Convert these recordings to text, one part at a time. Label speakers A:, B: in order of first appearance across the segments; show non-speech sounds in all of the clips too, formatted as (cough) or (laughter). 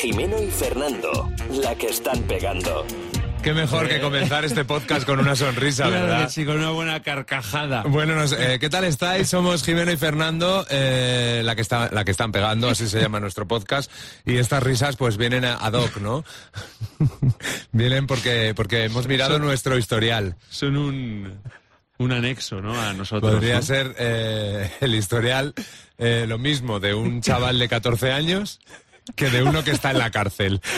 A: Jimeno y Fernando, la que están pegando.
B: Qué mejor que comenzar este podcast con una sonrisa,
C: Claro
B: ¿verdad?
C: que sí, con una buena carcajada.
B: Bueno, nos- eh, ¿qué tal estáis? Somos Jimeno y Fernando, eh, la, que está, la que están pegando, así se llama nuestro podcast. Y estas risas pues vienen a- ad hoc, ¿no? (laughs) vienen porque, porque hemos mirado nuestro historial.
C: Son un, un anexo, ¿no? A nosotros.
B: Podría
C: ¿no?
B: ser eh, el historial eh, lo mismo de un chaval de 14 años que de uno que está en la cárcel. (laughs)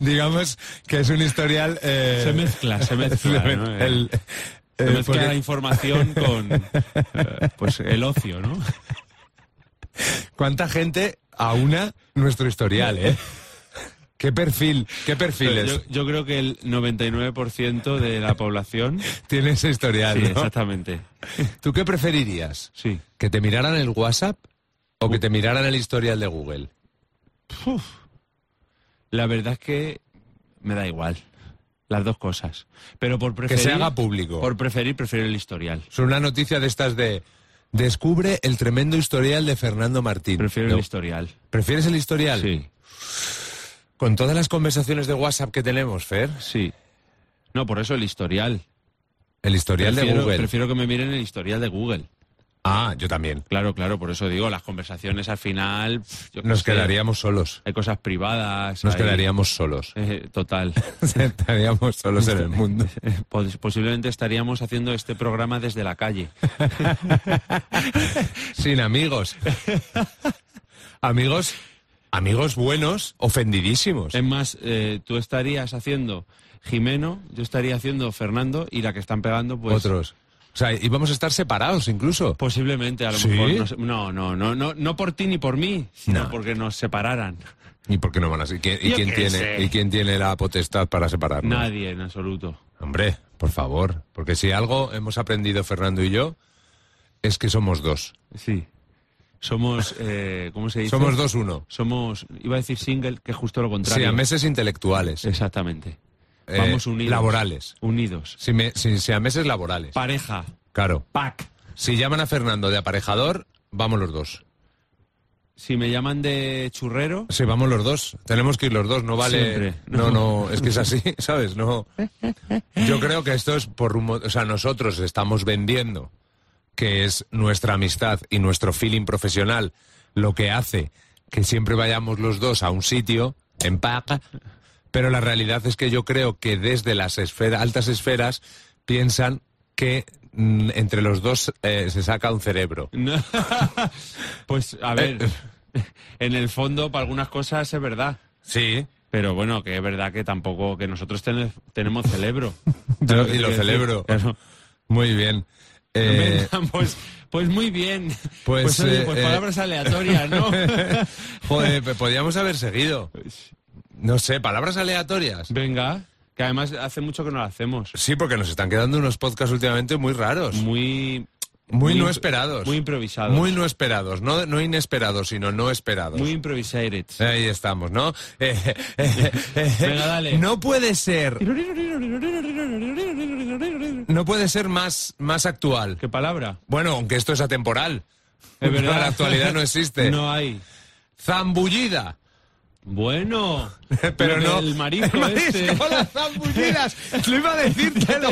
B: Digamos que es un historial... eh,
C: Se mezcla,
B: (laughs)
C: se mezcla,
B: se
C: ¿no? Eh,
B: mez- el-
C: Se
B: eh,
C: mezcla
B: porque-
C: la información
B: (laughs)
C: con eh, pues el ocio, ¿no?
B: ¿Cuánta gente aúna nuestro historial,
C: (laughs)
B: eh? ¿Qué perfil, qué perfiles
C: Yo, yo creo que el 99% de la
B: (laughs)
C: población.
B: tiene ese historial,
C: Sí,
B: no?
C: exactamente.
B: ¿Tú qué preferirías?
C: Sí.
B: ¿Que te miraran el WhatsApp o que te miraran el historial de Google?
C: La verdad es que me da igual. Las dos cosas. Pero por
B: Que
C: preferir.
B: se haga público.
C: Por preferir, prefiero el historial.
B: Es una noticia de estas de... Descubre el tremendo historial de Fernando Martín.
C: Prefiero
B: No.
C: el historial.
B: ¿Prefieres el historial?
C: Sí,
B: Con todas las conversaciones de WhatsApp que tenemos, Fer,
C: sí. No, por eso el historial.
B: el historial
C: prefiero,
B: de Google.
C: prefiero que me miren el historial de Google.
B: Ah, yo también.
C: Claro, claro, por eso digo, las conversaciones al final. pf, yo qué
B: Nos
C: sé,
B: quedaríamos solos.
C: Hay cosas privadas.
B: Nos
C: hay-
B: quedaríamos
C: (laughs)
B: solos.
C: eh,
B: (laughs)
C: total. Eh,
B: Estaríamos solos en el
C: (laughs)
B: mundo.
C: Pos- Posiblemente estaríamos haciendo este programa desde la calle.
B: Sin amigos. amigos, amigos buenos, ofendidísimos.
C: Es más, eh, tú estarías haciendo Jimeno, yo estaría haciendo Fernando y la que están pegando, pues.
B: Otros. O sea, íbamos a estar separados incluso.
C: Posiblemente, a lo
B: ¿Sí?
C: mejor. No, sé- no, no, no, no, no por ti ni por mí, sino
B: No.
C: porque nos separaran.
B: ¿Y por qué no van así? ¿Y quién, y
C: Yo
B: quién
C: qué
B: tiene,
C: sé.
B: ¿Y quién tiene la potestad para separarnos?
C: Nadie en absoluto.
B: Hombre, por favor. Porque si algo hemos aprendido Fernando y yo, es que somos dos.
C: Sí. Somos, eh, ¿cómo se dice?
B: Somos dos uno.
C: Somos, iba a decir single, que es justo lo
B: Sí,
C: contrario.
B: a meses intelectuales.
C: Exactamente.
B: eh,
C: Vamos unidos.
B: Laborales.
C: Unidos.
B: Si, me, si, si a meses laborales.
C: Pareja.
B: Claro.
C: Pack.
B: Si llaman a Fernando de aparejador, vamos los dos.
C: Si me llaman de churrero,
B: Sí, vamos los dos. Tenemos que ir los dos, no vale.
C: Siempre.
B: No, no, es que es así, (laughs) ¿sabes? No. Yo creo que esto es por un mo- O sea, nosotros estamos vendiendo que es nuestra amistad y nuestro feeling profesional lo que hace que siempre vayamos los dos a un sitio, en paca. Pero la realidad es que yo creo que desde las esfera- altas esferas piensan que mm, entre los dos eh, se saca un cerebro.
C: no. (laughs) pues a ver,
B: (laughs)
C: en el fondo para algunas cosas es verdad.
B: Sí.
C: Pero bueno, que es verdad que tampoco, que nosotros ten- tenemos cerebro.
B: (laughs) Yo- y
C: Quiero
B: lo
C: decir,
B: celebro.
C: claro.
B: Muy bien. Eh,
C: (laughs) Venga, pues, pues muy
B: (laughs)
C: bien.
B: pues,
C: Pues, oye,
B: eh,
C: pues
B: eh,
C: palabras aleatorias,
B: (laughs)
C: ¿no?
B: Joder, pe- podíamos haber seguido. No sé, palabras aleatorias.
C: Venga, que además hace mucho que no lo hacemos.
B: Sí, porque nos están quedando unos podcasts últimamente muy raros. Muy,
C: Muy.
B: no esperados.
C: Muy improvisados.
B: Muy no esperados. No, no inesperados, sino no esperados.
C: Muy improvisated.
B: Ahí estamos, ¿no? (laughs) Eh, eh, eh,
C: Venga, dale.
B: No puede ser, no puede ser más, más actual.
C: ¿Qué palabra?
B: Bueno, aunque esto es atemporal.
C: Es verdad.
B: (laughs) La
C: (laughs)
B: actualidad no existe.
C: No hay.
B: Zambullida.
C: Bueno.
B: (laughs) Pero
C: lo
B: no.
C: del marisco este.
B: (laughs) marisco, las zambullidas. Lo iba a decírtelo.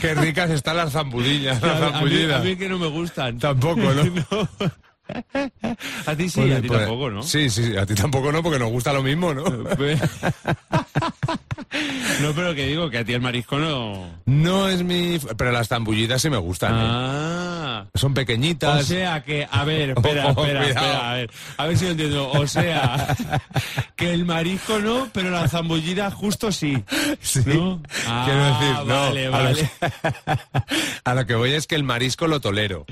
B: Qué ricas están las zambullillas,
C: A-
B: las
C: a, mí, a
B: zambullidas.
C: mí que no me gustan.
B: Tampoco,
C: (laughs)
B: ¿no?
C: A ti sí,
B: Pues,
C: a ti
B: pues,
C: tampoco, ¿no?
B: Sí, sí, sí, a ti tampoco no, porque nos gusta lo mismo, ¿no?
C: (laughs) No, pero que digo que a ti el marisco no.
B: No es mi... Pero las zambullidas sí me gustan. ¿eh?
C: Ah. ¿Oh,
B: Son
C: O
B: pequeñitas.
C: sea que, a ver,
B: (laughs)
C: espera,
B: Ojo,
C: espera,
B: Oh, cuidado.
C: espera, a ver, a ver si lo entiendo.
B: (laughs)
C: O sea, que el marisco no, pero la zambullida justo sí.
B: (laughs) Sí.
C: ¿No? Ah,
B: Quiero decir, no,
C: vale,
B: a, lo
C: vale.
B: (laughs) que, a lo que voy es que el marisco lo tolero.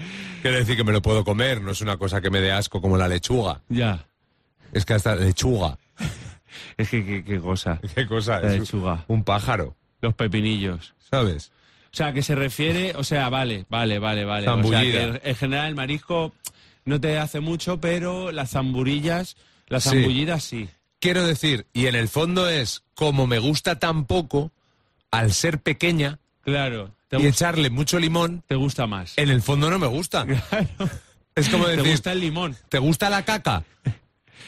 B: Quiero decir que me lo puedo comer, no es una cosa que me dé asco como la lechuga.
C: Ya.
B: Es que hasta lechuga. (laughs)
C: Es que qué, qué cosa.
B: ¿Qué cosa?
C: La
B: es?
C: lechuga.
B: Un pájaro,
C: Los pepinillos.
B: ¿sabes?
C: O sea, que se refiere, o sea, vale, vale, vale, vale. O sea,
B: Zambullida.
C: que en general el marisco no te hace mucho, pero las zamburillas, las
B: Sí.
C: zambullidas sí.
B: Quiero decir, y en el fondo es, como me gusta tan poco, al ser pequeña,
C: Claro. Te,
B: y
C: gu-
B: echarle mucho limón,
C: te gusta más.
B: en el fondo no me
C: (laughs)
B: gusta. Es como
C: Te
B: decir,
C: gusta el limón.
B: ¿te gusta la caca?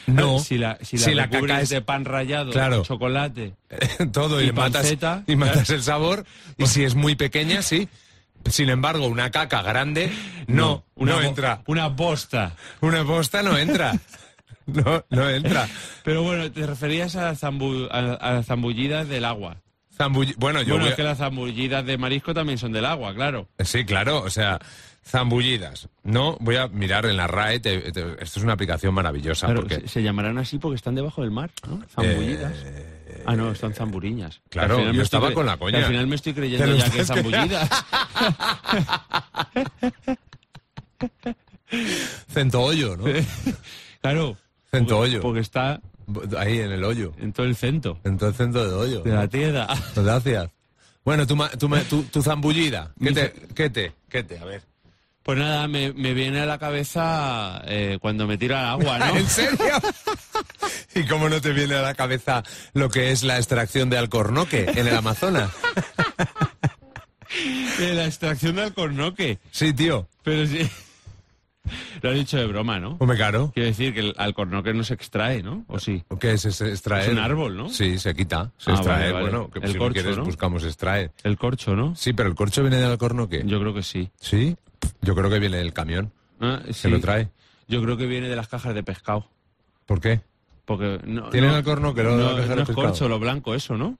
B: No,
C: (laughs) Si la, si la,
B: Si la
C: recubres
B: caca es-
C: de pan rallado,
B: Claro.
C: chocolate.
B: (laughs) todo y,
C: y
B: le matas,
C: panceta,
B: y matas el sabor. Y si es muy pequeña, sí. Sin embargo, una caca grande no, no,
C: una bo-
B: entra.
C: Una bosta.
B: Una posta no entra. (laughs) No, no entra.
C: Pero bueno, te referías a, la zambu- a, la- a la zambullida del agua.
B: Zambull- Bueno, yo
C: bueno,
B: voy
C: es
B: a-
C: que las zambullidas de marisco también son del agua, claro.
B: Sí, claro, o sea, zambullidas. No, voy a mirar en la RAE. te- te- esto es una aplicación maravillosa.
C: Claro,
B: porque
C: se, se llamarán así porque están debajo del mar, ¿no? Zambullidas. Ah, no, son zamburiñas.
B: Eh, claro,
C: Al final
B: yo
C: me estoy
B: estaba
C: cre-
B: con la coña.
C: Al final me estoy creyendo
B: Pero
C: ya que
B: estás que-
C: zambullidas.
B: (laughs) Centoollo, ¿no?
C: claro.
B: Centoollo.
C: Porque está
B: Ahí en el hoyo.
C: en todo el centro
B: En todo el centro de hoyo.
C: de
B: (laughs)
C: la tierra.
B: Gracias. Bueno, tu, ma- tu, ma- tu, tu zambullida. ¿Qué
C: Mi
B: te, qué te? ¿Qué te? A ver.
C: Pues nada, me, me viene a la cabeza eh, cuando me tiro al agua, Ah,
B: (laughs)
C: ¿no?
B: ¿En serio? ¿Y cómo no te viene a la cabeza lo que es la extracción de alcornoque en el Amazonas?
C: De la extracción del cornoque.
B: Sí, tío.
C: Pero sí. Lo has dicho de broma, ¿no?
B: Hombre, caro.
C: Quiero decir que el alcornoque no se extrae, ¿no? ¿O sí?
B: ¿Qué es, es extraer?
C: Es un árbol, ¿no?
B: Sí, se quita. Se
C: Ah,
B: extrae.
C: vale, vale.
B: Bueno, que
C: El
B: si lo
C: corcho,
B: quieres
C: ¿no?
B: buscamos extraer.
C: El corcho, ¿no?
B: Sí, pero el corcho viene del alcornoque.
C: Yo creo que sí.
B: Sí. Yo creo que viene del camión.
C: Ah,
B: Se
C: sí.
B: lo trae.
C: Yo creo que viene de las cajas de pescado.
B: ¿Por qué?
C: Porque no,
B: Tienen
C: no-
B: alcornoque, lo de la
C: no-
B: caja de
C: no es
B: pescado.
C: corcho, lo blanco, eso, ¿no?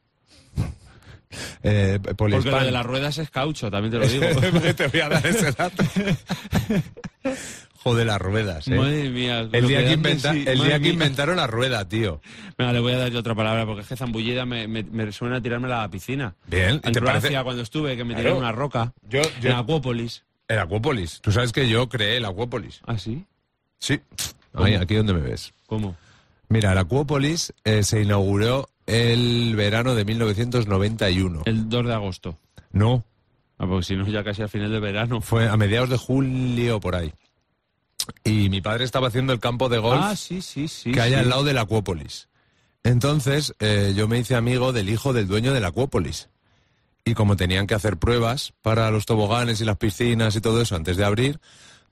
B: Eh,
C: Porque
B: poliespan.
C: lo de las ruedas es caucho,
B: (laughs)
C: también te lo digo.
B: Te (laughs) voy a dar ese dato. Joder, las ruedas, ¿eh?
C: (laughs) Madre mía.
B: El
C: lo
B: día, que,
C: antes
B: inventa-
C: sí,
B: el
C: madre
B: día que
C: mía.
B: inventaron la rueda, tío.
C: Venga, le voy a dar yo otra palabra, porque es que zambullida me, me, me suena a tirarme a la piscina.
B: Bien, ¿y
C: En
B: te
C: Croacia,
B: parece?
C: cuando estuve, que me
B: Claro.
C: tiré en una roca.
B: Yo- yo-
C: En Acuópolis.
B: El Acuópolis. Tú sabes que yo creé el Acuópolis.
C: ¿Ah, sí?
B: Sí. Ahí, aquí donde me ves.
C: ¿Cómo?
B: Mira, el Acuópolis eh, se inauguró el verano de 1991.
C: El 2 de agosto.
B: No,
C: Ah, porque si no, ya casi al final del verano.
B: fue a mediados de julio por ahí. Y mi padre estaba haciendo el campo de golf
C: Ah, sí, sí, sí.
B: que hay
C: sí.
B: al lado del Acuópolis. Entonces, eh, yo me hice amigo del hijo del dueño del Acuópolis. Y como tenían que hacer pruebas para los toboganes y las piscinas y todo eso antes de abrir,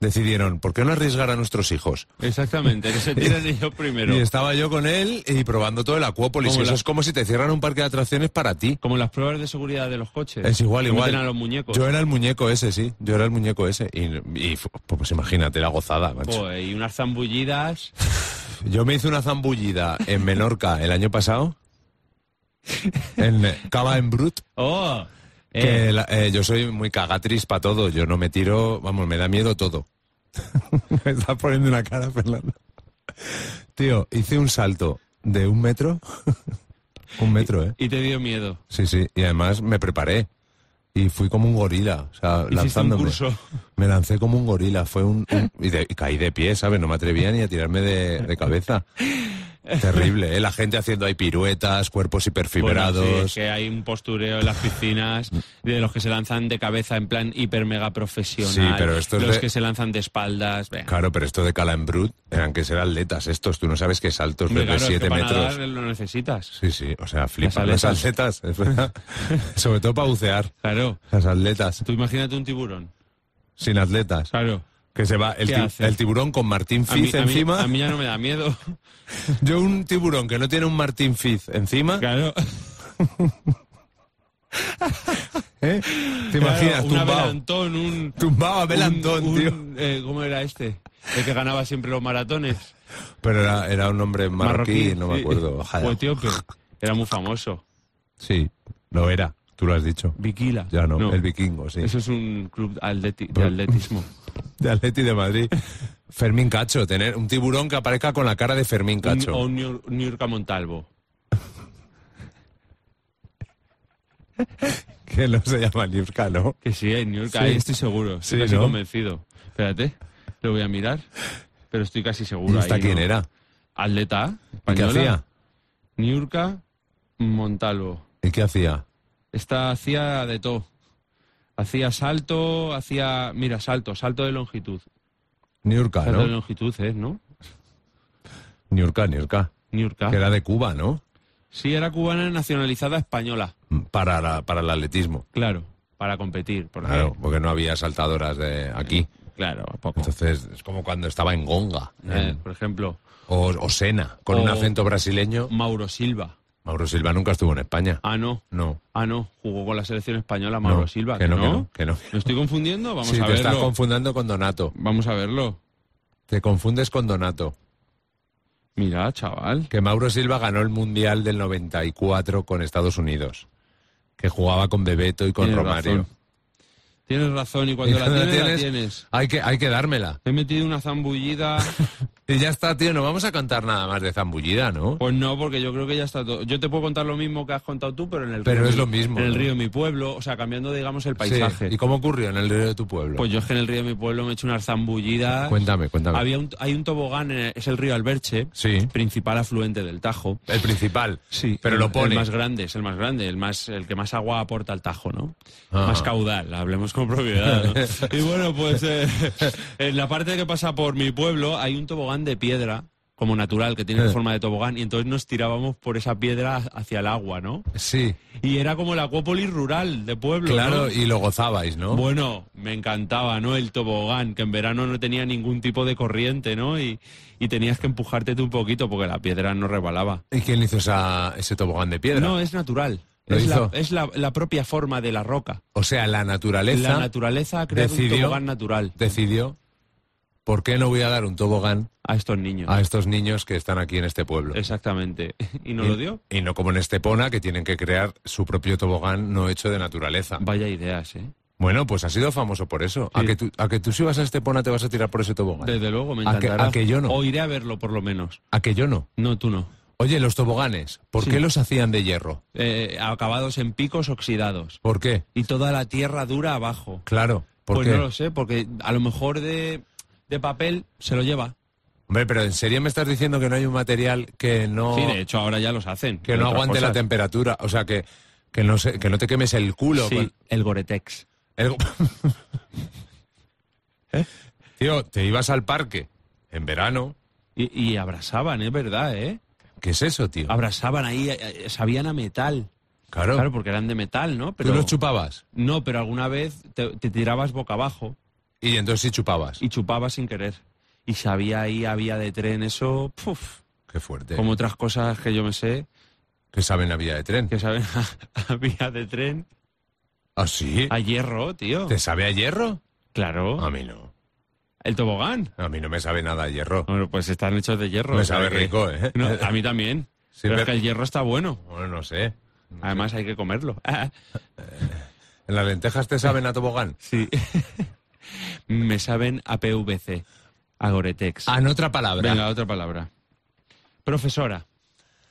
B: decidieron, ¿por qué no arriesgar a nuestros hijos?
C: Exactamente, que
B: (laughs)
C: se tiran ellos primero.
B: Y estaba yo con él y probando todo el Acuópolis.
C: Como
B: Y eso
C: la-
B: es como si te cierran un parque de atracciones para ti.
C: Como las pruebas de seguridad de los coches.
B: Es igual,
C: Que
B: igual.
C: meten a los muñecos.
B: Yo era el muñeco ese, sí. Yo era el muñeco ese. Y, y, pues imagínate la gozada, macho.
C: Joder, y unas zambullidas.
B: Yo me hice una zambullida en Menorca el año pasado. En eh, Cava en Brut.
C: ¡Oh! Eh,
B: Que la- eh, yo soy muy cagatriz para todo. Yo no me tiro, vamos, me da miedo todo. (laughs) me estás poniendo una cara, Fernando. Tío, hice un salto de un metro. (laughs) un metro, ¿eh?
C: Y te dio miedo.
B: Sí, sí. Y además me preparé. Y fui como un gorila, o sea,
C: Hiciste un
B: lanzándome.
C: curso. (laughs)
B: Me lancé como un gorila, fue un... un- y, de- y caí de pie, ¿sabes? No me atrevía ni a tirarme de, de cabeza. Terrible, ¿eh? La gente haciendo ahí piruetas, cuerpos hiperfibrados.
C: Bueno, sí, es que hay un postureo en las piscinas de los que se lanzan de cabeza en plan hiper mega profesional.
B: Sí, pero esto es
C: los
B: de-
C: que se lanzan de espaldas. venga.
B: Claro, pero esto de cala en brut eran que ser atletas estos. Tú no sabes qué saltos
C: Hombre,
B: desde
C: claro, es que
B: 7
C: para
B: metros.
C: nadar lo necesitas.
B: Sí, sí, o sea, flipan
C: Las
B: las atletas, es verdad. (laughs) Sobre todo para bucear.
C: Claro.
B: Las atletas,
C: Tú imagínate un tiburón.
B: sin atletas.
C: Claro.
B: Que se va el,
C: ¿Qué
B: ti-
C: haces?
B: el tiburón con Martín
C: A mí,
B: Fiz
C: a mí-
B: encima.
C: a mí ya no me da miedo.
B: Yo un tiburón que no tiene un Martín Fiz encima.
C: (laughs) Claro.
B: ¿eh? ¿Te imaginas?
C: Claro, un
B: tumbado.
C: Abelantón, un...
B: Tumbado a
C: un-
B: Belantón,
C: un,
B: tío.
C: eh, ¿Cómo era este? El que ganaba siempre los maratones.
B: Pero era, era un hombre marroquí, no me
C: sí.
B: acuerdo. Ojalá.
C: O etíope. Era muy famoso.
B: Sí, lo era. Tú lo has dicho.
C: Viquila.
B: Ya no, el vikingo, sí.
C: Eso es un club atleti- de atletismo.
B: De Atleti de Madrid. Fermín Cacho, tener un tiburón que aparezca con la cara de Fermín (laughs) Cacho.
C: O un Niur- Niurka Montalvo.
B: Que no se llama Niurka, ¿no?
C: Que sí, hay
B: Sí.
C: Niurka, ahí estoy seguro. Estoy
B: Sí,
C: casi
B: ¿no?
C: convencido. Espérate, lo voy a mirar. Pero estoy casi seguro.
B: ¿Y esta
C: ahí,
B: quién
C: ¿no?
B: era?
C: Atleta.
B: ¿Y qué
C: española,
B: hacía?
C: Niurka Montalvo.
B: ¿Y qué hacía?
C: Esta hacía de todo. Hacía salto, hacía. Mira, salto, salto de longitud.
B: Niurka,
C: Salto de
B: ¿no?
C: longitud, ¿eh? ¿No?
B: Niurka, Niurka.
C: Niurka.
B: Que era de Cuba, ¿no?
C: Sí, era cubana nacionalizada española.
B: Para, la- para el atletismo.
C: Claro. para competir. Porque,
B: Claro, porque no había saltadoras de aquí.
C: Claro, a poco.
B: Entonces, es como cuando estaba en Gonga.
C: Eh,
B: en-
C: por ejemplo,
B: o, o Sena, con
C: O-
B: un acento brasileño.
C: Mauro Silva.
B: Mauro Silva nunca estuvo en España.
C: Ah, no.
B: No.
C: Ah, no. Jugó con la selección española Mauro
B: No,
C: Silva.
B: que no,
C: ¿no?
B: que no, que no.
C: ¿Me estoy confundiendo? Vamos
B: sí,
C: a
B: te estás
C: verlo.
B: confundiendo con Donato.
C: Vamos a verlo.
B: Te confundes con Donato.
C: Mira, chaval.
B: Que Mauro Silva ganó el Mundial del 94 con Estados Unidos. Que jugaba con Bebeto y con
C: Tienes
B: Romario.
C: razón. Tienes razón, y
B: (laughs)
C: cuando
B: Y
C: la
B: cuando
C: tienes,
B: la
C: la
B: tienes-
C: tienes.
B: Hay que, hay que dármela.
C: He metido una zambullida. (laughs)
B: Y ya está, tío, no vamos a cantar nada más de zambullida, ¿no?
C: Pues no, porque yo creo que ya está todo. Yo te puedo contar lo mismo que has contado tú, pero en el
B: Pero
C: río.
B: es
C: mi-
B: lo mismo,
C: En el
B: ¿no?
C: río de mi pueblo, o sea, cambiando, digamos, el
B: Sí.
C: paisaje.
B: ¿Y cómo ocurrió en el río de tu pueblo?
C: Pues yo es que en el río de mi pueblo me he hecho unas zambullidas.
B: Cuéntame, cuéntame.
C: Había un, hay un tobogán, en el- es el río Alberche,
B: Sí.
C: principal afluente del Tajo.
B: El principal. Pero
C: el-
B: lo pone.
C: El más grande, es el más grande, el más el que más agua aporta al Tajo, ¿no?
B: Ah.
C: Más caudal, hablemos con propiedad.
B: (laughs)
C: ¿no? y bueno, pues eh, en la parte que pasa por mi pueblo hay un tobogán de piedra, como natural, que tiene
B: Eh.
C: forma de tobogán, y entonces nos tirábamos por esa piedra hacia el agua, ¿no?
B: Sí,
C: Y era como la acuópolis rural de pueblo. ¿no?
B: claro, y lo gozabais, ¿no?
C: Bueno, me encantaba, ¿no? El tobogán, que en verano no tenía ningún tipo de corriente, ¿no? Y, y tenías que empujarte tú un poquito porque la piedra no rebalaba.
B: ¿Y quién hizo esa, ese tobogán de piedra?
C: No, es natural.
B: ¿Lo
C: Es, la,
B: hizo?
C: es la- la propia forma de la roca.
B: o sea, la naturaleza
C: La naturaleza ha creado
B: decidió-
C: un tobogán natural
B: decidió, ¿por qué no voy a dar un tobogán
C: a estos niños.
B: a estos niños que están aquí en este pueblo?
C: Exactamente. (laughs) ¿Y no
B: Y-
C: lo dio?
B: Y no como en Estepona, que tienen que crear su propio tobogán no hecho de naturaleza.
C: Vaya ideas, ¿eh?
B: Bueno, pues ha sido famoso por eso. A,
C: Sí.
B: que tú, a que tú si vas a Estepona te vas a tirar por ese tobogán.
C: Desde luego, me
B: A que-
C: encantará.
B: a que yo no.
C: O iré a verlo, por lo menos.
B: A que yo no.
C: No, tú no.
B: Oye, los toboganes, ¿por
C: Sí.
B: qué los hacían de hierro?
C: Eh, acabados en picos oxidados.
B: ¿Por qué?
C: Y toda la tierra dura abajo.
B: Claro, ¿por
C: pues
B: qué?
C: no lo sé, porque a lo mejor de, de papel se lo lleva.
B: Hombre, pero ¿en serio me estás diciendo que no hay un material que no,
C: Sí, de hecho ahora ya los hacen.
B: que no aguante la temperatura? O sea, que, que, no se- que no te quemes el culo.
C: Sí,
B: con-
C: el Goretex.
B: (laughs) el-
C: ¿Eh?
B: Tío, te ibas al parque en verano.
C: Y, y abrasaban, es verdad, ¿eh?
B: ¿Qué es eso, tío?
C: Abrasaban ahí, eh, eh, sabían a metal.
B: Claro,
C: Ah, Claro, porque eran de metal, ¿no? Pero
B: tú los chupabas.
C: No, pero alguna vez te, te tirabas boca abajo
B: Y entonces sí chupabas.
C: y chupabas sin querer. Y sabía ahí, había de tren, eso, puf,
B: Qué fuerte.
C: como otras cosas que yo me sé,
B: Que saben la vía de tren.
C: que saben (laughs) a, a vía de tren,
B: ¿Ah, sí?
C: a hierro, tío.
B: ¿Te sabe a hierro?
C: Claro,
B: A mí no.
C: el tobogán.
B: A mí no me sabe nada a hierro.
C: Bueno, pues están hechos de hierro.
B: Me
C: o sea
B: sabe
C: que-
B: rico, ¿eh?
C: (laughs) No,
B: (laughs)
C: a mí también.
B: Sí,
C: pero
B: pero-
C: es que el hierro está bueno.
B: (laughs) Bueno, no sé.
C: Además hay que comerlo. (laughs)
B: ¿En las lentejas te saben a tobogán?
C: sí. (laughs) me saben a PVC, a Goretex.
B: Ah, en otra palabra.
C: Venga, otra palabra. Profesora.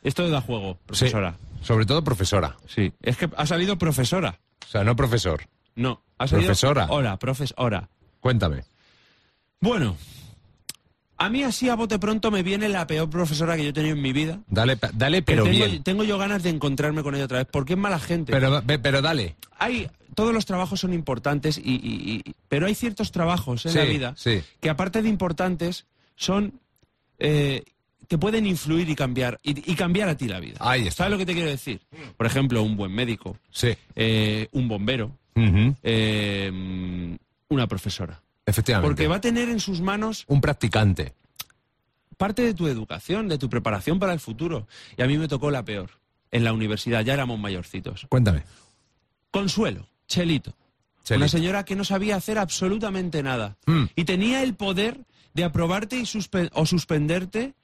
C: Esto da juego,
B: Sí,
C: profesora.
B: Sobre todo profesora.
C: Sí. Es que ha salido profesora.
B: O sea, no profesor.
C: No, ha salido.
B: Profesora.
C: Hora, profesora.
B: Cuéntame.
C: Bueno, a mí así a bote pronto me viene la peor profesora que yo he tenido en mi vida.
B: Dale, pa- dale
C: Que
B: pero
C: tengo,
B: bien.
C: tengo yo ganas de encontrarme con ella otra vez, porque es mala gente.
B: Pero, ve- pero dale.
C: hay todos los trabajos son importantes y, y- y- pero hay ciertos trabajos en
B: Sí,
C: la vida
B: sí.
C: que aparte de importantes son eh, te pueden influir y cambiar y, y cambiar a ti la vida
B: Ahí está.
C: sabes lo que te quiero decir por ejemplo un buen médico
B: Sí.
C: eh, un bombero
B: Ujú.
C: eh, una profesora
B: Efectivamente.
C: porque va a tener en sus manos
B: Un practicante.
C: parte de tu educación de tu preparación para el futuro y a mí me tocó la peor en la universidad ya éramos mayorcitos
B: Cuéntame.
C: Consuelo Chelito
B: Chelito.
C: Una señora que no sabía hacer absolutamente nada.
B: Mm.
C: Y tenía el poder de aprobarte y suspe- o suspenderte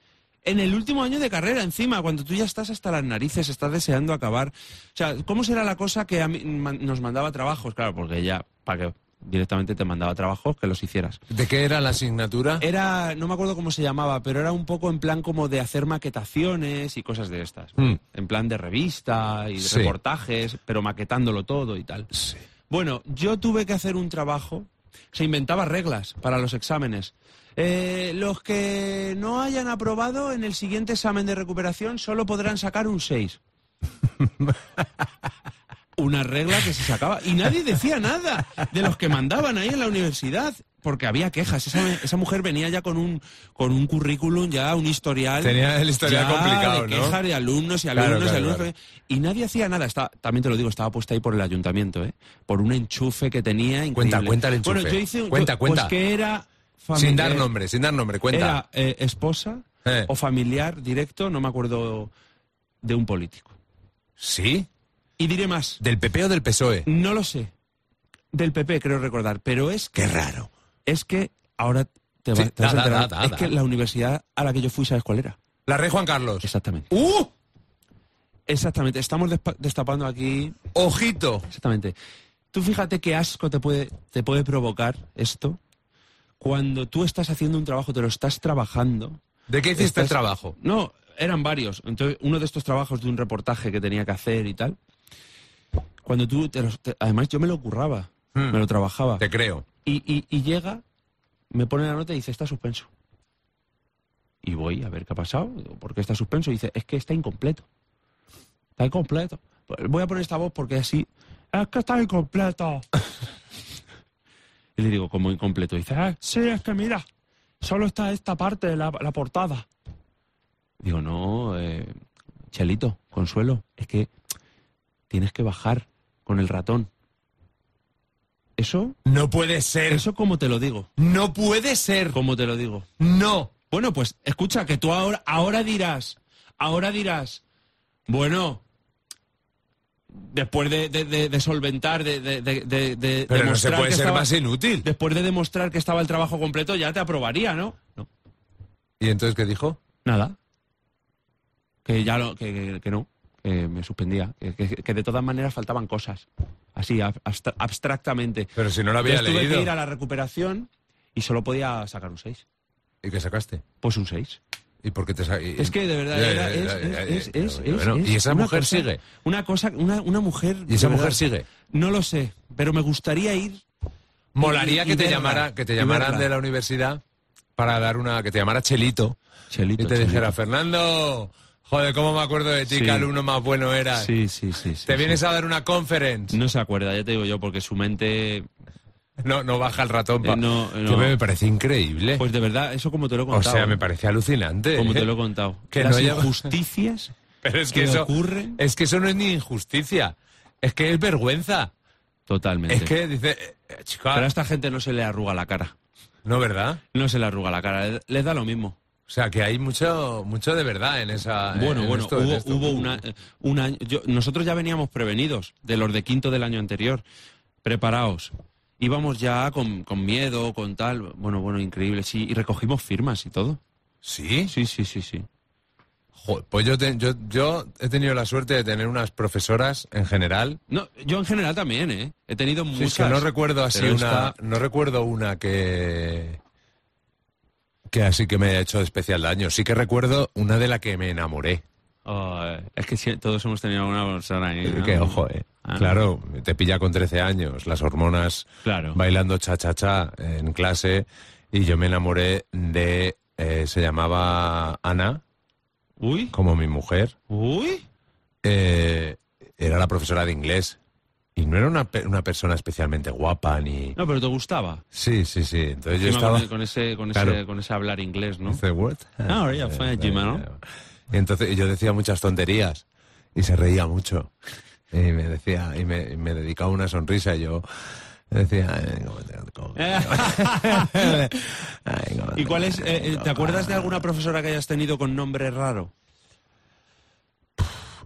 C: en el último año de carrera, encima, cuando tú ya estás hasta las narices, estás deseando acabar. O sea, ¿cómo será la cosa que a mí man- nos mandaba trabajos? Claro, porque ella, para que directamente te mandaba trabajos, que los hicieras.
B: ¿De qué era la asignatura?
C: Era, no me acuerdo cómo se llamaba, pero era un poco en plan como de hacer maquetaciones y cosas de estas.
B: Mm.
C: En plan de revista y de
B: Sí.
C: reportajes, pero maquetándolo todo y tal.
B: Sí.
C: Bueno, yo tuve que hacer un trabajo. Se inventaba reglas para los exámenes. Eh, los que no hayan aprobado en el siguiente examen de recuperación solo podrán sacar un 6. Una regla que se sacaba. Y nadie decía nada de los que mandaban ahí en la universidad. porque había quejas. Esa, esa mujer venía ya con un, con un currículum, ya un historial.
B: Tenía el historial
C: ya
B: complicado,
C: de
B: ¿no?
C: quejas de alumnos y
B: Claro,
C: alumnos y
B: claro,
C: alumnos.
B: claro.
C: Y nadie hacía nada. Está, también te lo digo, estaba puesta ahí por el ayuntamiento, ¿eh? Por un enchufe que tenía increíble.
B: Cuenta, cuenta el enchufe.
C: Bueno, yo hice un-
B: Cuenta,
C: pues
B: cuenta.
C: que era familiar-
B: Sin dar nombre, sin dar nombre, cuenta.
C: Era eh, esposa
B: Eh.
C: o familiar directo, no me acuerdo, de un político.
B: ¿Sí?
C: Y diré más,
B: ¿Del PP o E? del PSOE?
C: no lo sé. Del PP creo recordar, pero es que
B: Qué raro.
C: es que ahora te, va-
B: Sí,
C: te vas
B: da,
C: a
B: da,
C: enterar.
B: da, da,
C: es
B: da.
C: que la universidad a la que yo fui, ¿sabes cuál era?
B: La Rey Juan Carlos.
C: Exactamente.
B: ¡Uh!
C: Exactamente. Estamos despa- destapando aquí.
B: ¡Ojito!
C: Exactamente. Tú fíjate qué asco te puede, te puede provocar esto cuando tú estás haciendo un trabajo, te lo estás trabajando.
B: ¿De qué hiciste el
C: Estás-
B: trabajo?
C: No, eran varios. Entonces, uno de estos trabajos de un reportaje que tenía que hacer y tal. Cuando tú. te los- te- además, yo me lo curraba.
B: Hmm.
C: Me lo trabajaba.
B: Te creo.
C: Y, y- y llega, me pone la nota y dice, está suspenso. Y voy a ver qué ha pasado, digo, ¿por qué está suspenso? Y dice, es que está incompleto. Está incompleto. Pues Voy a poner esta voz porque así, es que está incompleto. (laughs) y le digo, como incompleto? Y dice, "Ah, sí, es que mira, solo está esta parte, la, la portada. Digo, no, eh, Chelito, Consuelo, es que tienes que bajar con el ratón. Eso
B: No puede ser.
C: eso como te lo digo,
B: No puede ser.
C: como te lo digo.
B: No.
C: Bueno, pues escucha, que tú ahora, ahora dirás, ahora dirás, bueno, después de, de- de- de solventar, de, de- de- de- de
B: Pero no se
C: demostrar
B: puede
C: que
B: ser
C: estaba-
B: más inútil.
C: Después de demostrar que estaba el trabajo completo, ya te aprobaría, ¿no? No,
B: ¿Y entonces qué dijo?
C: nada. Que ya lo, que, que- que no, que me suspendía, que, que- que de todas maneras faltaban cosas, así, ab- abstra- abstractamente.
B: Pero si no lo había
C: Entonces tuve que ir
B: leído.
C: a la recuperación y solo podía sacar un 6.
B: ¿Y qué sacaste?
C: Pues un 6.
B: ¿Y por qué te sa- y-
C: Es que de verdad
B: Ya, ya,
C: era-
B: ya,
C: es,
B: ya,
C: es- es-
B: ya,
C: es-
B: ya,
C: es-
B: bueno,
C: es
B: ¿Y esa
C: una
B: mujer
C: cosa-
B: sigue?
C: Una cosa, una, una mujer.
B: ¿Y esa
C: de
B: mujer
C: verdad,
B: sigue?
C: No lo sé, pero me gustaría ir.
B: Molaría
C: y-
B: que,
C: y
B: te
C: verla,
B: llamara, que te
C: y
B: llamaran
C: verla.
B: de la universidad para dar una... Que te llamara Chelito.
C: Chelito,
B: Y te dijera, Fernando, joder, cómo me acuerdo de ti,
C: Sí.
B: que alumno más bueno eras.
C: Sí, sí, sí. sí,
B: Te
C: sí.
B: vienes a dar una conference.
C: No se acuerda, ya te digo yo, porque su mente.
B: No, no baja el ratón. pa-
C: Eh, no,
B: Que
C: no.
B: me me parece increíble.
C: Pues de verdad, eso como te lo he
B: o
C: contado.
B: sea, me parece alucinante.
C: Como te lo he
B: ¿eh?
C: contado.
B: Que
C: Las
B: no haya-
C: injusticias
B: (laughs) Pero (laughs) es que
C: que
B: eso
C: ocurren.
B: es que eso no es ni injusticia, es que es vergüenza.
C: Totalmente.
B: Es que dice, eh, eh, chica,
C: Pero a esta gente no se le arruga la cara.
B: no verdad.
C: No se le arruga la cara, le- les da lo mismo.
B: O sea, que hay mucho mucho de verdad en esa
C: Bueno,
B: Ah, en
C: bueno,
B: esto, en
C: hubo,
B: esto.
C: hubo una, eh, un año. yo- nosotros ya veníamos prevenidos de los de quinto del año anterior. Preparaos. Íbamos ya con, con miedo, con tal. Bueno, bueno, increíble. Sí, y recogimos firmas y todo.
B: Sí.
C: Sí, sí, sí, sí.
B: Jo, pues yo, te- yo yo he tenido la suerte de tener unas profesoras en general.
C: No, yo en general también, ¿eh? He tenido
B: Sí,
C: muchas.
B: es que no recuerdo así
C: pero
B: una
C: esta-
B: no recuerdo una que que así que me haya hecho especial daño. Sí que recuerdo una de la que me enamoré.
C: Ay, es que sí, todos hemos tenido alguna persona ahí. ¿no?
B: Que ojo, eh.
C: Ah.
B: Claro, te pilla con 13 años, las hormonas
C: Claro.
B: bailando cha-cha-cha en clase. Y yo me enamoré de. eh, se llamaba Ana,
C: Uy,
B: como mi mujer.
C: uy.
B: Eh, era la profesora de inglés. Y no era una, pe- una persona especialmente guapa ni.
C: No, pero te gustaba.
B: Sí, sí, sí. Entonces yo
C: Encima
B: estaba.
C: con, con ese, con, ese,
B: Claro.
C: con ese hablar inglés, ¿no?
B: Dice, "What?"
C: Ah, ahora ya fue, Jimmy, ¿no?
B: Y entonces y yo decía muchas tonterías y se reía mucho. Y me decía, y me, y me dedicaba una sonrisa y yo decía, "Ay, cómo te- cómo te-
C: (laughs)
B: ay, cómo te-
C: Eh, ¿Y cuál es? eh, eh, ¿Te acuerdas de alguna profesora que hayas tenido con nombre raro?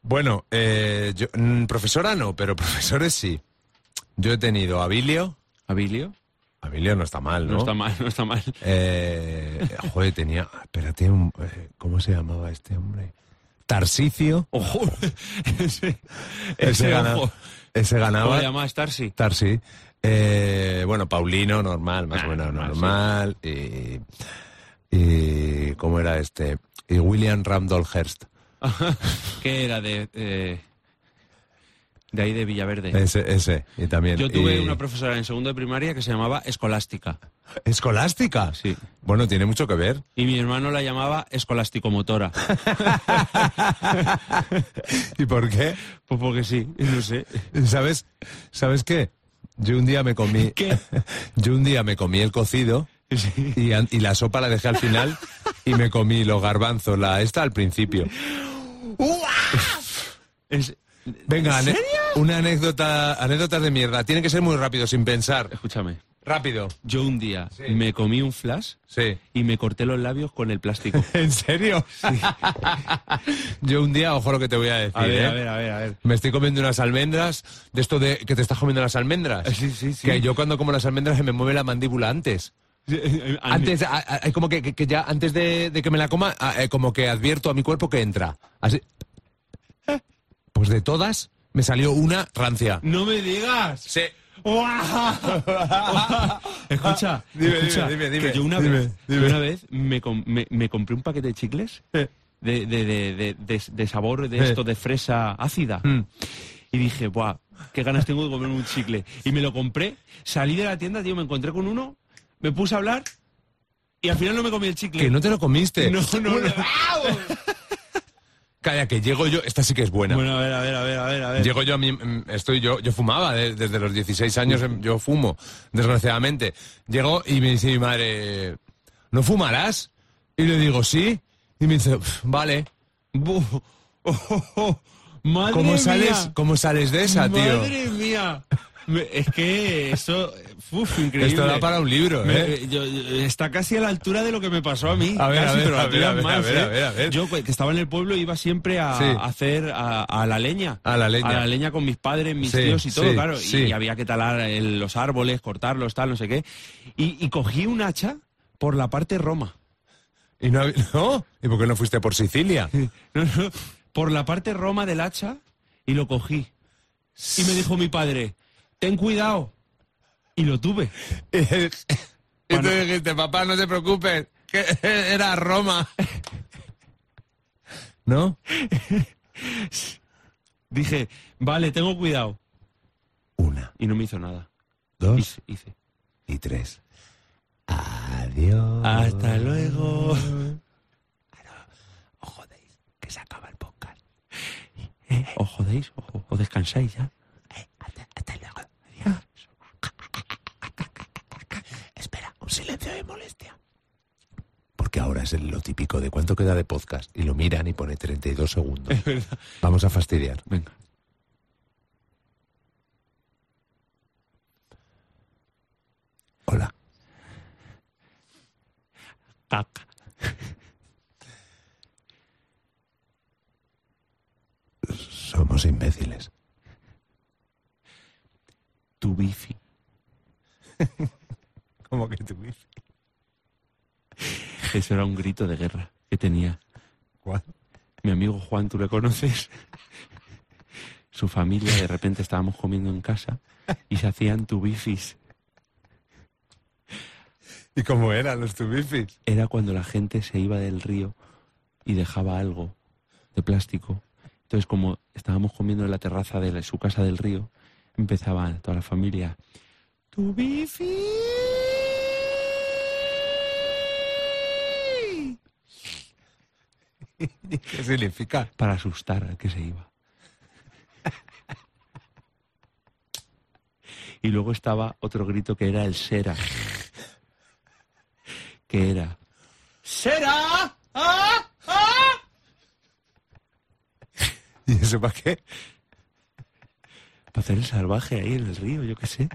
B: Bueno, eh, yo- mm, profesora no, pero (laughs) profesores sí. Yo he tenido a Bilio.
C: ¿Abilio?
B: Abilio no está mal,
C: No,
B: ¿no?
C: está mal, no está mal.
B: Eh, joder, tenía. Espérate, un- eh, ¿cómo se llamaba este hombre? Tarsicio.
C: Ojo, ese,
B: Ese,
C: (laughs) ese
B: gana-
C: ojo.
B: ese
C: ¿Cómo
B: ganaba.
C: le llamabas Tarsi?
B: Tarsi. Eh, bueno, Paulino, normal, más
C: Ah,
B: o menos
C: normal,
B: normal. Y, y- ¿Cómo era este? Y William Randolph Hearst.
C: Que era de. eh, de ahí de Villaverde.
B: Ese, ese. Y también.
C: Yo tuve
B: y-
C: una profesora en segundo de primaria que se llamaba Escolástica.
B: Escolástica.
C: Sí.
B: Bueno, tiene mucho que ver.
C: Y mi hermano la llamaba (laughs) Escolasticomotora.
B: ¿Y por qué?
C: Pues porque sí, no sé.
B: ¿Sabes? ¿Sabes qué? Yo un día me comí.
C: ¿Qué?
B: (laughs) Yo un día me comí el cocido
C: Sí.
B: y, an- y la sopa la dejé al final y me comí los garbanzos, la esta al principio.
C: Es-
B: Venga,
C: ¿En
B: ane-
C: serio?
B: una anécdota, anécdotas de mierda. Tiene que ser muy rápido, sin pensar.
C: Escúchame.
B: Rápido.
C: Yo un día
B: Sí.
C: me comí un flash
B: Sí.
C: y me corté los labios con el (laughs) plástico.
B: ¿En serio?
C: (laughs)
B: Yo un día, ojo lo que te voy a decir,
C: A ver,
B: ¿eh?
C: a ver, a ver, a ver.
B: Me estoy comiendo unas almendras, de esto de que te estás comiendo las almendras.
C: Sí, sí,
B: (laughs)
C: sí.
B: Que yo cuando como las almendras se me mueve la mandíbula antes.
C: A mí-
B: Antes, a- a- hay como que, que- que ya antes de, de que me la coma, a- eh, como que advierto a mi cuerpo que entra. Así. Pues de todas, me salió una rancia.
C: No me digas.
B: Sí.
C: (laughs) escucha,
B: (laughs) Dime,
C: escucha,
B: dime, dime, dime,
C: que yo una
B: dime,
C: vez,
B: dime.
C: yo una vez me, com- me- me compré un paquete de chicles de, de, de- de- de- de sabor de
B: Eh.
C: esto de fresa ácida
B: Mm.
C: y dije, buah, qué ganas tengo de comer un chicle. Y me lo compré, salí de la tienda, tío, me encontré con uno, me puse a hablar y al final no me comí el chicle.
B: Que no te lo comiste.
C: (laughs) no, no, no.
B: Calla, que llego yo. Esta sí que es (laughs) buena.
C: Bueno, a ver, a ver, a ver, a ver, a ver.
B: Llego yo a mí, mm, estoy yo, yo fumaba de- desde los 16 años, em, yo fumo, desgraciadamente. Llego y me dice mi madre, ¿no fumarás? Y le digo, sí. Y me dice, "Pf, vale.
C: Bu- (laughs) oh, oh, oh. Madre
B: ¿Cómo
C: mía.
B: sales, ¿Cómo sales de esa, tío?
C: Madre mía. Me- Es que eso, uf, increíble.
B: Esto da para un libro,
C: Me-
B: ¿eh?
C: eh, yo- yo- está casi a la altura de lo que me pasó a mí.
B: A ver, a
C: Casi,
B: ver,
C: pero
B: a
C: la
B: ver,
C: altura
B: a ver,
C: más,
B: a ver,
C: ¿eh?
B: a ver, a ver.
C: Yo que estaba en el pueblo iba siempre a,
B: Sí.
C: a hacer a, a la leña.
B: A la leña.
C: con mis padres, mis
B: Sí,
C: tíos y todo,
B: sí,
C: claro. Y-
B: sí.
C: Y, había que talar eh, los árboles, cortarlos, tal, no sé qué. Y, y cogí un hacha por la parte roma.
B: Y no, hab- no, ¿y por qué no fuiste por (laughs) Sicilia?
C: (laughs) No, no, por la parte roma del hacha y lo cogí. Y me dijo mi padre, ten cuidado. Y lo tuve.
B: y tú dijiste, papá, no te preocupes, que (laughs) era Roma. ¿No?
C: (laughs) Dije, vale, tengo cuidado.
B: Una,
C: Y no me hizo nada.
B: dos
C: Hice, hice.
B: y tres. Adiós.
C: Hasta luego.
B: Os jodéis, que se acaba el podcast.
C: O jodéis, o, o descansáis ya.
B: Espera, un silencio de molestia. Porque ahora es lo típico de cuánto queda de podcast y lo miran y pone 32 segundos.
C: verdad.
B: Vamos a fastidiar.
C: Venga.
B: Hola.
C: Caca.
B: Somos imbéciles.
C: Tu bici.
B: ¿Cómo que tú dices?
C: Eso era un grito de guerra que tenía. Mi amigo Juan, tú le conoces. Su familia, de repente estábamos comiendo en casa y se hacían tu bifis.
B: ¿Y cómo eran los tubifis?
C: Era cuando la gente se iba del río y dejaba algo de plástico. Entonces, como estábamos comiendo en la terraza de la- su casa del río, empezaban toda la familia. ¡Tu bifi!
B: ¿Qué significa? (laughs)
C: Para asustar al que se iba. Y luego estaba otro grito que era el Sera. Que era. ¡Sera! ¡Ah! ¡Ah!
B: ¿Y eso para qué?
C: Para hacer el salvaje ahí en el río, yo qué sé.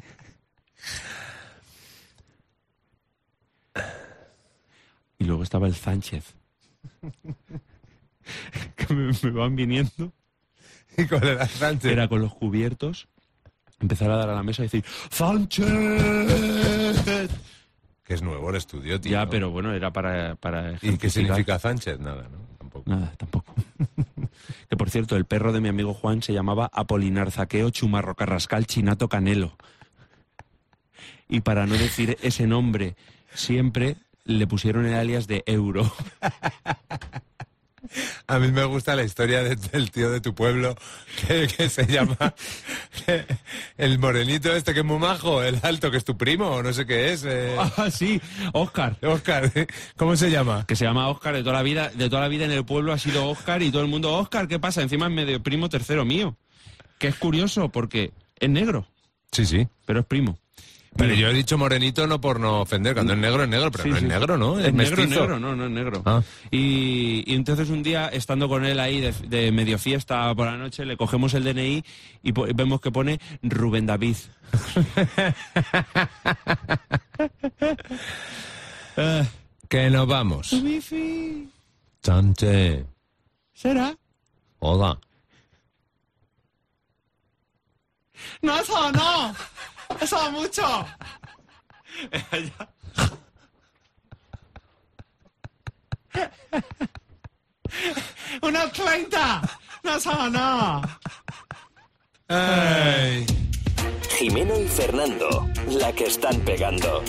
C: Y luego estaba el Sánchez. Que me, me van viniendo.
B: ¿Y cuál era Sánchez?
C: Era con los cubiertos. Empezar a dar a la mesa y decir ¡Sánchez!
B: Que es nuevo el estudio, tío.
C: Ya, pero bueno, era para. para
B: ¿Y qué
C: ejemplificar.
B: significa Sánchez? Nada, ¿no? Tampoco.
C: Nada, tampoco. (laughs) que por cierto, el perro de mi amigo Juan se llamaba Apolinar Zaqueo Chumarro Carrascal Chinato Canelo. Y para no decir ese nombre, siempre le pusieron el alias de
B: (laughs)
C: Euro.
B: A mí me gusta la historia de- del tío de tu pueblo que, que
C: (laughs)
B: se llama el morenito este que es muy majo, el alto que es tu primo o no sé qué es. eh,
C: ah, sí, Oscar.
B: Oscar, ¿eh? ¿cómo se llama?
C: Que se llama Oscar de toda la vida, de toda la vida en el pueblo ha sido Oscar y todo el mundo, Oscar, ¿qué pasa? Encima es medio primo tercero mío. Que es curioso porque es negro.
B: Sí, sí.
C: pero es primo.
B: Pero yo he dicho morenito no por no ofender, cuando es negro es negro, pero
C: Sí,
B: no
C: sí.
B: es negro, ¿no? Es,
C: Es negro,
B: mestizo.
C: negro, no, no es negro.
B: Ah.
C: Y, y entonces un día, estando con él ahí de, de medio fiesta por la noche, le cogemos el DNI y po- vemos que pone Rubén David. Eh,
B: Que nos vamos.
C: tu wifi
B: Chante.
C: será?
B: Hola.
C: No, eso no. Eso mucho. Unos 30. No, eso no.
A: Jimeno y Fernando, la que están pegando.